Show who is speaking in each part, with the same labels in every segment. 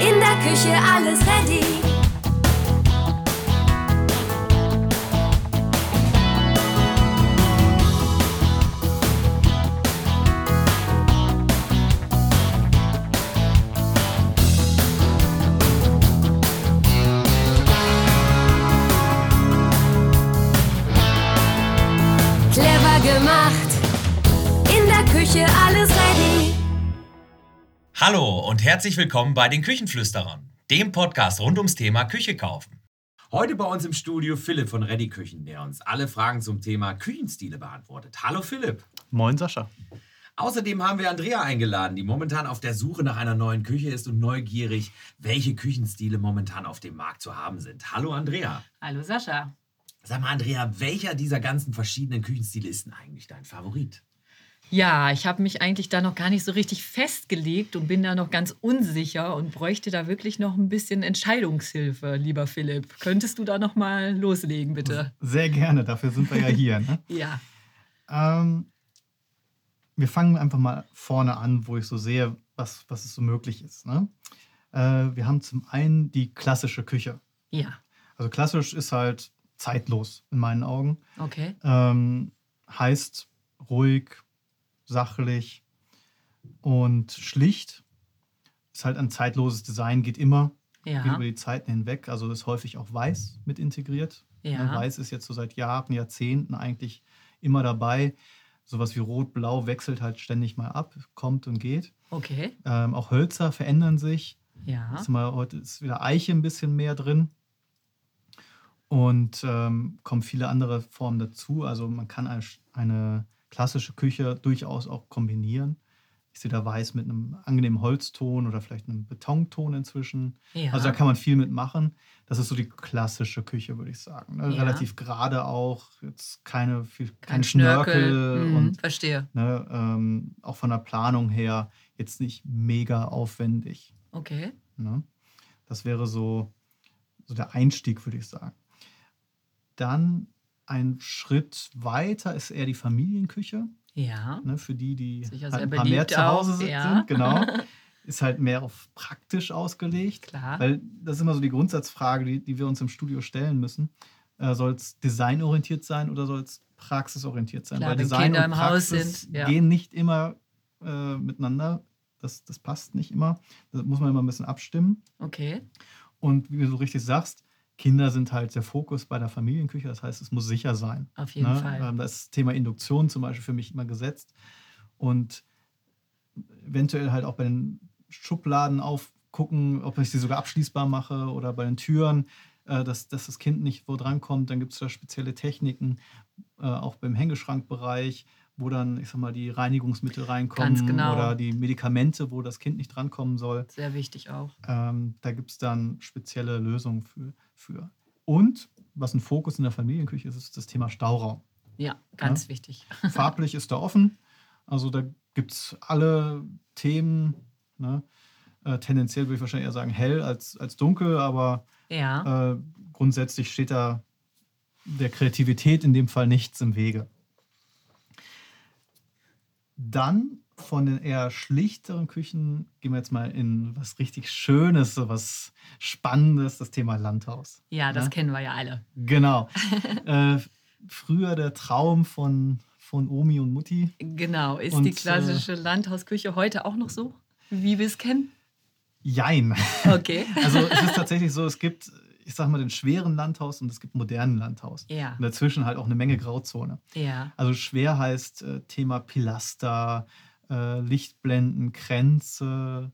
Speaker 1: In der Küche alles ready. Clever gemacht. In der Küche alles ready.
Speaker 2: Hallo und herzlich willkommen bei den Küchenflüsterern, dem Podcast rund ums Thema Küche kaufen.
Speaker 3: Heute bei uns im Studio Philipp von Ready Küchen, der uns alle Fragen zum Thema Küchenstile beantwortet. Hallo Philipp.
Speaker 4: Moin Sascha.
Speaker 3: Außerdem haben wir Andrea eingeladen, die momentan auf der Suche nach einer neuen Küche ist und neugierig, welche Küchenstile momentan auf dem Markt zu haben sind. Hallo Andrea.
Speaker 5: Hallo Sascha.
Speaker 3: Sag mal, Andrea, welcher dieser ganzen verschiedenen Küchenstile ist denn eigentlich dein Favorit?
Speaker 5: Ja, ich habe mich eigentlich da noch gar nicht so richtig festgelegt und bin da noch ganz unsicher und bräuchte da wirklich noch ein bisschen Entscheidungshilfe, lieber Philipp. Könntest du da noch mal loslegen, bitte?
Speaker 4: Sehr gerne, dafür sind wir ja hier. Ne?
Speaker 5: Ja.
Speaker 4: Ähm, wir fangen einfach mal vorne an, wo ich so sehe, was, was es so möglich ist. Ne? Äh, wir haben zum einen die klassische Küche.
Speaker 5: Ja.
Speaker 4: Also klassisch ist halt zeitlos in meinen Augen.
Speaker 5: Okay.
Speaker 4: Ähm, heißt ruhig, sachlich und schlicht. Ist halt ein zeitloses Design, geht immer, geht
Speaker 5: Ja.
Speaker 4: über die Zeiten hinweg. Also ist häufig auch weiß mit integriert. Ne,
Speaker 5: Ja.
Speaker 4: Weiß ist jetzt so seit Jahren, Jahrzehnten eigentlich immer dabei. Sowas wie Rot, Blau wechselt halt ständig mal ab, kommt und geht.
Speaker 5: Okay.
Speaker 4: Ähm, auch Hölzer verändern sich.
Speaker 5: Ja.
Speaker 4: Ist mal, heute ist wieder Eiche ein bisschen mehr drin. Und ähm, kommen viele andere Formen dazu. Also man kann eine, eine klassische Küche durchaus auch kombinieren. Ich sehe da weiß mit einem angenehmen Holzton oder vielleicht einem Betonton inzwischen.
Speaker 5: Ja.
Speaker 4: Also da kann man viel mitmachen. Das ist so die klassische Küche, würde ich sagen. Ne?
Speaker 5: Ja.
Speaker 4: Relativ gerade auch, jetzt keine viel, kein,
Speaker 5: Kein
Speaker 4: Schnörkel,
Speaker 5: Mhm,
Speaker 4: und
Speaker 5: verstehe.
Speaker 4: ne, ähm, auch von der Planung her jetzt nicht mega aufwendig.
Speaker 5: Okay.
Speaker 4: Ne? Das wäre so, so der Einstieg, würde ich sagen. Dann ein Schritt weiter ist eher die Familienküche
Speaker 5: Ja.
Speaker 4: ne, für die, die
Speaker 5: Sicher
Speaker 4: halt
Speaker 5: sehr
Speaker 4: ein paar mehr
Speaker 5: beliebt
Speaker 4: zu Hause
Speaker 5: auch,
Speaker 4: sind,
Speaker 5: ja.
Speaker 4: sind, genau, ist halt mehr auf praktisch ausgelegt.
Speaker 5: Klar.
Speaker 4: Weil das ist immer so die Grundsatzfrage, die, die wir uns im Studio stellen müssen. Äh, soll es designorientiert sein oder soll es praxisorientiert sein?
Speaker 5: Klar,
Speaker 4: weil
Speaker 5: wenn
Speaker 4: Design
Speaker 5: Kinder
Speaker 4: und
Speaker 5: im Haus
Speaker 4: Praxis
Speaker 5: sind, ja.
Speaker 4: gehen nicht immer äh, miteinander. Das, das passt nicht immer. Da muss man immer ein bisschen abstimmen.
Speaker 5: Okay.
Speaker 4: Und wie du so richtig sagst, Kinder sind halt der Fokus bei der Familienküche. Das heißt, es muss sicher sein.
Speaker 5: Auf jeden
Speaker 4: Ne?
Speaker 5: Fall.
Speaker 4: Ähm, Da ist das Thema Induktion zum Beispiel für mich immer gesetzt. Und eventuell halt auch bei den Schubladen aufgucken, ob ich sie sogar abschließbar mache oder bei den Türen, äh, dass, dass das Kind nicht wo drankommt. Dann gibt es da spezielle Techniken, äh, auch beim Hängeschrankbereich, wo dann, ich sag mal, die Reinigungsmittel reinkommen
Speaker 5: Ganz genau.
Speaker 4: oder die Medikamente, wo das Kind nicht drankommen soll.
Speaker 5: Sehr wichtig auch.
Speaker 4: Ähm, da gibt es dann spezielle Lösungen für, für. Und was ein Fokus in der Familienküche ist, ist das Thema Stauraum.
Speaker 5: Ja, ganz
Speaker 4: Ja.
Speaker 5: wichtig.
Speaker 4: Farblich ist da offen. Also da gibt es alle Themen. Ne? Äh, tendenziell würde ich wahrscheinlich eher sagen hell als, als dunkel, aber
Speaker 5: Ja.
Speaker 4: äh, grundsätzlich steht da der Kreativität in dem Fall nichts im Wege. Dann von den eher schlichteren Küchen gehen wir jetzt mal in was richtig Schönes, so was Spannendes, das Thema Landhaus.
Speaker 5: Ja, das
Speaker 4: Ja.
Speaker 5: kennen wir ja alle.
Speaker 4: Genau. äh, früher der Traum von, von Omi und Mutti.
Speaker 5: Genau. Ist
Speaker 4: Und, äh,
Speaker 5: die klassische Landhausküche heute auch noch so, wie wir es kennen?
Speaker 4: Jein.
Speaker 5: Okay.
Speaker 4: Also es ist tatsächlich so, es gibt, ich sag mal, den schweren Landhaus und es gibt modernen Landhaus.
Speaker 5: Ja.
Speaker 4: Und dazwischen halt auch eine Menge Grauzone.
Speaker 5: Ja.
Speaker 4: Also schwer heißt äh, Thema Pilaster, äh, Lichtblenden, Kränze,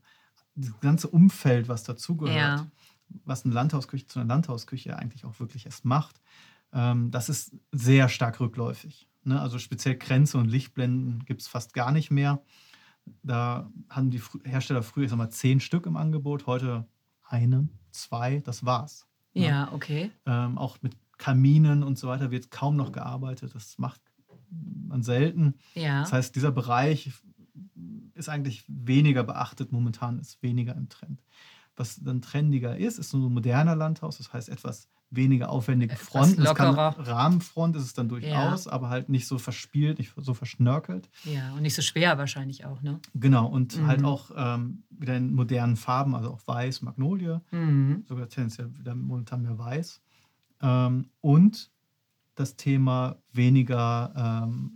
Speaker 4: das ganze Umfeld, was dazugehört,
Speaker 5: Ja.
Speaker 4: was eine Landhausküche zu einer Landhausküche eigentlich auch wirklich erst macht, ähm, das ist sehr stark rückläufig. Ne? Also speziell Kränze und Lichtblenden gibt es fast gar nicht mehr. Da haben die Frü- Hersteller früher, ich sag mal, zehn Stück im Angebot, heute eine, zwei, das war's. Ne?
Speaker 5: Ja, okay.
Speaker 4: Ähm, auch mit Kaminen und so weiter wird kaum noch gearbeitet. Das macht man selten.
Speaker 5: Ja.
Speaker 4: Das heißt, dieser Bereich ist eigentlich weniger beachtet momentan, ist weniger im Trend. Was dann trendiger ist, ist so ein moderner Landhaus, das heißt etwas weniger aufwendige
Speaker 5: Etwas
Speaker 4: Fronten. Es kann,
Speaker 5: lockerer.
Speaker 4: Rahmenfront ist es dann durchaus, aber halt nicht so verspielt, nicht so verschnörkelt.
Speaker 5: Ja, und nicht so schwer wahrscheinlich auch, ne?
Speaker 4: Genau, und
Speaker 5: Mhm.
Speaker 4: halt auch ähm, wieder in modernen Farben, also auch weiß, Magnolie,
Speaker 5: Mhm.
Speaker 4: sogar tendenziell wieder momentan mehr weiß. Ähm, und das Thema weniger ähm,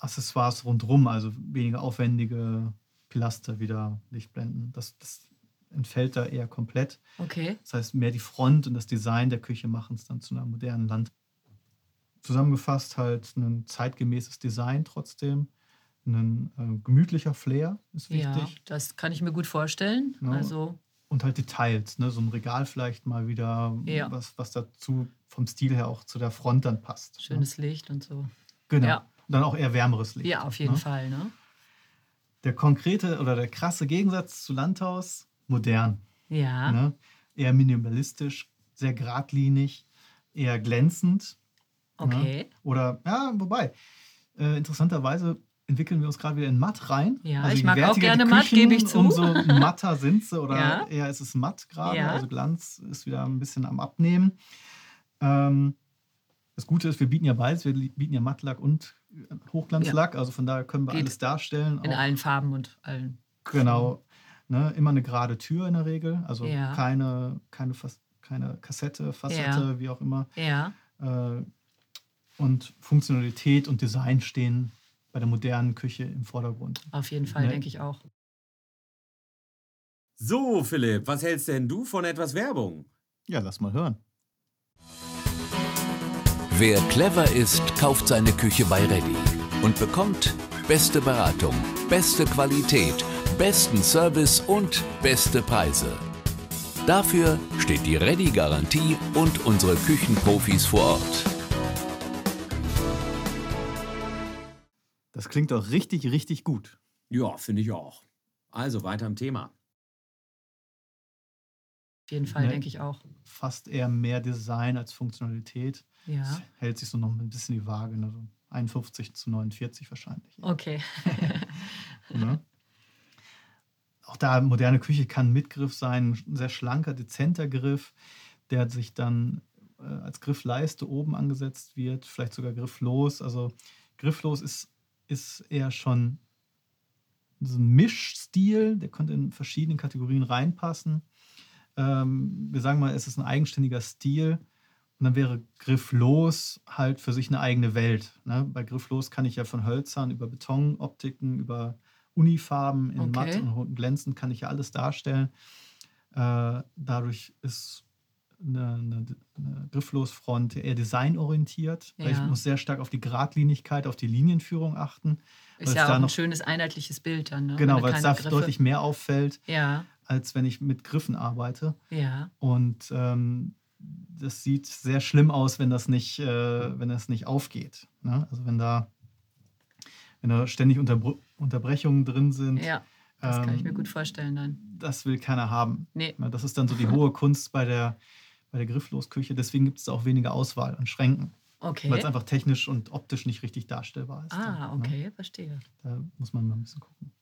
Speaker 4: Accessoires rundherum, also weniger aufwendige Pilaster wieder Lichtblenden. Das, das entfällt da eher komplett.
Speaker 5: Okay.
Speaker 4: Das heißt, mehr die Front und das Design der Küche machen es dann zu einer modernen Land. Zusammengefasst halt ein zeitgemäßes Design trotzdem, ein äh, gemütlicher Flair ist wichtig
Speaker 5: Ja, das kann ich mir gut vorstellen.
Speaker 4: Ja.
Speaker 5: Also,
Speaker 4: und halt Details, ne? so ein Regal vielleicht mal wieder,
Speaker 5: Ja.
Speaker 4: was, was dazu vom Stil her auch zu der Front dann passt. Ne?
Speaker 5: schönes Licht und so.
Speaker 4: Genau.
Speaker 5: ja.
Speaker 4: Und dann auch eher wärmeres Licht.
Speaker 5: Ja, auf jeden
Speaker 4: ne?
Speaker 5: Fall, ne?
Speaker 4: Der konkrete oder der krasse Gegensatz zu Landhaus, modern.
Speaker 5: Ja.
Speaker 4: Ne? Eher minimalistisch, sehr geradlinig, eher glänzend.
Speaker 5: Okay.
Speaker 4: Ne? Oder, ja, wobei, äh, interessanterweise entwickeln wir uns gerade wieder in matt rein.
Speaker 5: Ja,
Speaker 4: also
Speaker 5: ich
Speaker 4: je
Speaker 5: mag auch
Speaker 4: wertiger die
Speaker 5: gerne matt,
Speaker 4: Küchen,
Speaker 5: gebe ich zu.
Speaker 4: Umso matter sind sie oder
Speaker 5: Ja.
Speaker 4: eher ist es matt gerade.
Speaker 5: Ja.
Speaker 4: Also Glanz ist wieder ein bisschen am Abnehmen. Ähm, das Gute ist, wir bieten ja beides. Wir li- bieten ja Mattlack und äh, Hochglanzlack. Also von daher können wir
Speaker 5: Geht.
Speaker 4: alles darstellen.
Speaker 5: In
Speaker 4: auch-
Speaker 5: allen Farben und allen.
Speaker 4: Genau. Ne, immer eine gerade Tür in der Regel. Also
Speaker 5: Ja.
Speaker 4: keine, keine, Fas keine Kassette, Facette, wie auch immer.
Speaker 5: Ja.
Speaker 4: Äh, und Funktionalität und Design stehen bei der modernen Küche im Vordergrund.
Speaker 5: Auf jeden Fall,
Speaker 4: Ne?
Speaker 5: denke ich auch.
Speaker 3: So, Philipp, was hältst denn du von etwas Werbung?
Speaker 4: Ja, lass mal hören.
Speaker 6: Wer clever ist, kauft seine Küche bei Ready und bekommt beste Beratung, beste Qualität, besten Service und beste Preise. Dafür steht die Ready-Garantie und unsere Küchenprofis vor Ort.
Speaker 4: Das klingt doch richtig, richtig gut.
Speaker 3: Ja, finde ich auch. Also weiter im Thema.
Speaker 5: Auf jeden Fall,
Speaker 4: Ne?
Speaker 5: denke ich auch.
Speaker 4: Fast eher mehr Design als Funktionalität.
Speaker 5: Ja.
Speaker 4: Das hält sich so noch ein bisschen die Waage. Ne? So 51 zu 49 wahrscheinlich.
Speaker 5: Okay.
Speaker 4: Ne? Auch da moderne Küche kann ein Mitgriff sein, ein sehr schlanker, dezenter Griff, der sich dann äh, als Griffleiste oben angesetzt wird, vielleicht sogar grifflos. Also grifflos ist, ist eher schon so ein Mischstil, der könnte in verschiedenen Kategorien reinpassen. Ähm, wir sagen mal, es ist ein eigenständiger Stil und dann wäre grifflos halt für sich eine eigene Welt. Ne? Bei grifflos kann ich ja von Hölzern über Betonoptiken, über Unifarben in
Speaker 5: Okay.
Speaker 4: matt und roten glänzend kann ich ja alles darstellen. Äh, dadurch ist eine, eine, eine Grifflosfront eher designorientiert, weil ich
Speaker 5: Ja.
Speaker 4: muss sehr stark auf die Geradlinigkeit, auf die Linienführung achten. Weil
Speaker 5: Ist
Speaker 4: es
Speaker 5: ja
Speaker 4: da
Speaker 5: auch ein
Speaker 4: noch-
Speaker 5: schönes einheitliches Bild dann, ne?
Speaker 4: Genau,
Speaker 5: Ohne
Speaker 4: weil es da
Speaker 5: kleine Griffe.
Speaker 4: deutlich mehr auffällt,
Speaker 5: Ja,
Speaker 4: als wenn ich mit Griffen arbeite.
Speaker 5: ja.
Speaker 4: Und ähm, das sieht sehr schlimm aus, wenn das nicht, äh, wenn das nicht aufgeht. Ne? Also wenn da, wenn da ständig Unterbr Unterbrechungen drin sind,
Speaker 5: Ja, das kann ich mir
Speaker 4: ähm,
Speaker 5: gut vorstellen dann.
Speaker 4: das will keiner haben.
Speaker 5: Nee.
Speaker 4: Na, Das ist dann so die hohe Kunst bei der, bei der Grifflosküche. Deswegen gibt es auch weniger Auswahl an Schränken, weil es
Speaker 5: Okay.
Speaker 4: einfach technisch und optisch nicht richtig darstellbar ist.
Speaker 5: Ah,
Speaker 4: dann, ne?
Speaker 5: okay, verstehe.
Speaker 4: Da muss man mal ein bisschen gucken.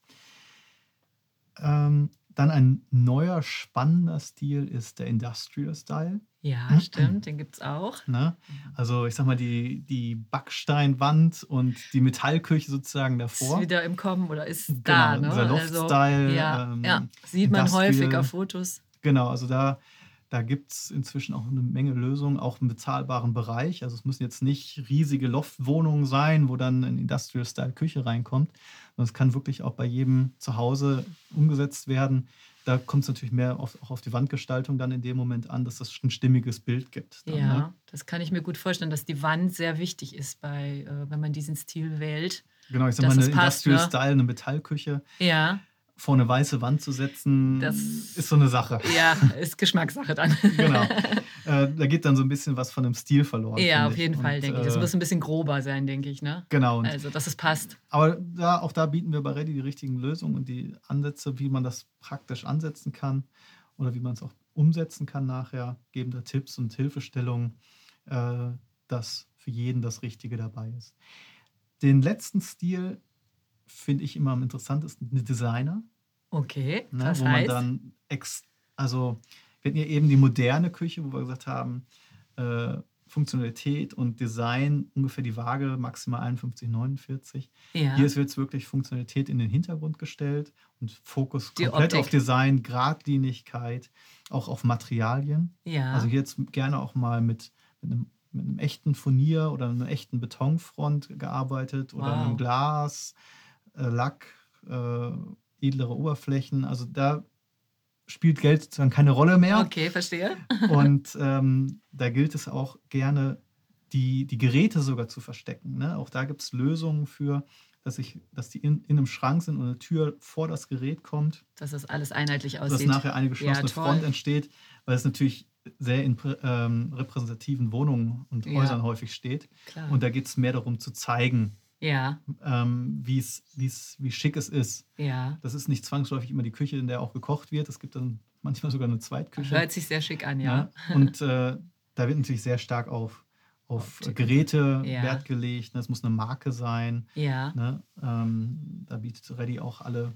Speaker 4: Ähm, dann ein neuer, spannender Stil ist der Industrial Style.
Speaker 5: Ja,
Speaker 4: Mhm.
Speaker 5: stimmt, den gibt es auch.
Speaker 4: Ne?
Speaker 5: Mhm.
Speaker 4: Also ich sag mal, die, die Backsteinwand und die Metallküche sozusagen
Speaker 5: Ist
Speaker 4: davor.
Speaker 5: wieder im Kommen oder ist
Speaker 4: Genau,
Speaker 5: da, ne?
Speaker 4: dieser Loft-Style,
Speaker 5: ja,
Speaker 4: ähm,
Speaker 5: ja, sieht man häufig
Speaker 4: Industrial.
Speaker 5: auf Fotos.
Speaker 4: Genau, also da, da gibt es inzwischen auch eine Menge Lösungen, auch im bezahlbaren Bereich. Also es müssen jetzt nicht riesige Loftwohnungen sein, wo dann eine Industrial-Style-Küche reinkommt, sondern es kann wirklich auch bei jedem Zuhause umgesetzt werden. Da kommt es natürlich mehr auf, auch auf die Wandgestaltung dann in dem Moment an, dass es ein stimmiges Bild gibt. Dann,
Speaker 5: ja,
Speaker 4: ne?
Speaker 5: das kann ich mir gut vorstellen, dass die Wand sehr wichtig ist, bei, äh, wenn man diesen Stil wählt.
Speaker 4: Genau, ich sag
Speaker 5: Dass
Speaker 4: mal,
Speaker 5: es
Speaker 4: eine
Speaker 5: passt, ne?
Speaker 4: Industrial-Style, eine Metallküche.
Speaker 5: Ja,
Speaker 4: vor eine weiße Wand zu setzen,
Speaker 5: Das-
Speaker 4: ist so eine Sache.
Speaker 5: ja, ist Geschmackssache dann.
Speaker 4: Genau. äh, da geht dann so ein bisschen was von dem Stil verloren.
Speaker 5: ja,
Speaker 4: finde
Speaker 5: auf
Speaker 4: ich.
Speaker 5: jeden Fall,
Speaker 4: Und,
Speaker 5: denke ich. Das
Speaker 4: äh,
Speaker 5: muss ein bisschen grober sein, denke ich, ne?
Speaker 4: Genau. Und,
Speaker 5: Also, dass es passt.
Speaker 4: aber da, auch da bieten wir bei Ready die richtigen Lösungen und die Ansätze, wie man das praktisch ansetzen kann oder wie man es auch umsetzen kann nachher, geben da Tipps und Hilfestellungen, äh, dass für jeden das Richtige dabei ist. Den letzten Stil finde ich immer am interessantesten, eine Designer.
Speaker 5: Okay,
Speaker 4: Ne,
Speaker 5: das
Speaker 4: wo man
Speaker 5: heißt,
Speaker 4: dann ex, also wir hatten ja eben die moderne Küche, wo wir gesagt haben, äh, Funktionalität und Design ungefähr die Waage, maximal 51, 49.
Speaker 5: Ja.
Speaker 4: Hier ist jetzt wirklich Funktionalität in den Hintergrund gestellt und Fokus
Speaker 5: Die
Speaker 4: komplett auf
Speaker 5: Optik.
Speaker 4: Design, Gradlinigkeit, auch auf Materialien.
Speaker 5: ja.
Speaker 4: Also hier jetzt gerne auch mal mit, mit, einem, mit einem echten Furnier oder einer echten Betonfront gearbeitet oder
Speaker 5: Wow.
Speaker 4: einem Glas, äh, Lack, äh, edlere Oberflächen. Also da spielt Geld sozusagen keine Rolle mehr.
Speaker 5: Okay, verstehe.
Speaker 4: Und ähm, da gilt es auch gerne, die, die Geräte sogar zu verstecken. Ne? Auch da gibt es Lösungen für, dass, ich, dass die in, in einem Schrank sind und eine Tür vor das Gerät kommt,
Speaker 5: Dass das alles einheitlich
Speaker 4: dass
Speaker 5: aussieht.
Speaker 4: nachher eine geschlossene
Speaker 5: toll.
Speaker 4: Front entsteht, weil es natürlich sehr in prä- ähm, repräsentativen Wohnungen und
Speaker 5: Ja.
Speaker 4: Häusern häufig steht.
Speaker 5: Klar.
Speaker 4: Und da geht es mehr darum zu zeigen,
Speaker 5: ja,
Speaker 4: ähm, wie's, wie's, wie schick es ist.
Speaker 5: ja.
Speaker 4: Das ist nicht zwangsläufig immer die Küche, in der auch gekocht wird. Es gibt dann manchmal sogar eine Zweitküche.
Speaker 5: Hört sich sehr schick an, ja.
Speaker 4: Ja. Und äh, da wird natürlich sehr stark auf, auf
Speaker 5: Optik.
Speaker 4: Geräte
Speaker 5: Ja.
Speaker 4: Wert gelegt. ne, Es muss eine Marke sein.
Speaker 5: Ja.
Speaker 4: Ne? Ähm, da bietet Ready auch alle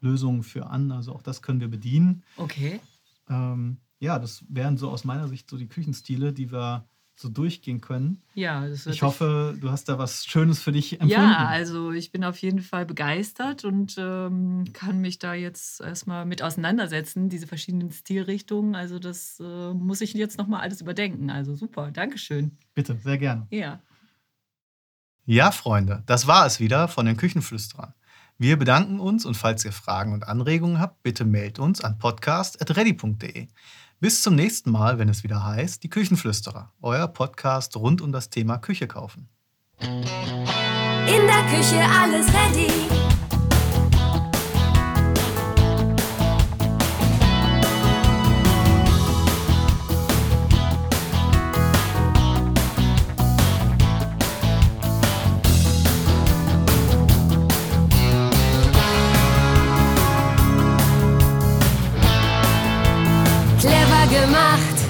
Speaker 4: Lösungen für an. Also auch das können wir bedienen.
Speaker 5: Okay.
Speaker 4: Ähm, ja, das wären so aus meiner Sicht so die Küchenstile, die wir so durchgehen können.
Speaker 5: Ja, das hört
Speaker 4: Ich
Speaker 5: sich-
Speaker 4: hoffe, du hast da was Schönes für dich empfunden.
Speaker 5: Ja, also ich bin auf jeden Fall begeistert und ähm, kann mich da jetzt erstmal mit auseinandersetzen, diese verschiedenen Stilrichtungen. Also das äh, muss ich jetzt nochmal alles überdenken. Also super, Dankeschön.
Speaker 4: Bitte, sehr gerne.
Speaker 5: Ja.
Speaker 4: Ja, Freunde, das war es wieder von den Küchenflüsterern. Wir bedanken uns und falls ihr Fragen und Anregungen habt, bitte meldet uns an podcast.ready.de. Bis zum nächsten Mal, wenn es wieder heißt, die Küchenflüsterer, euer Podcast rund um das Thema Küche kaufen.
Speaker 1: In der Küche alles ready. Clever gemacht.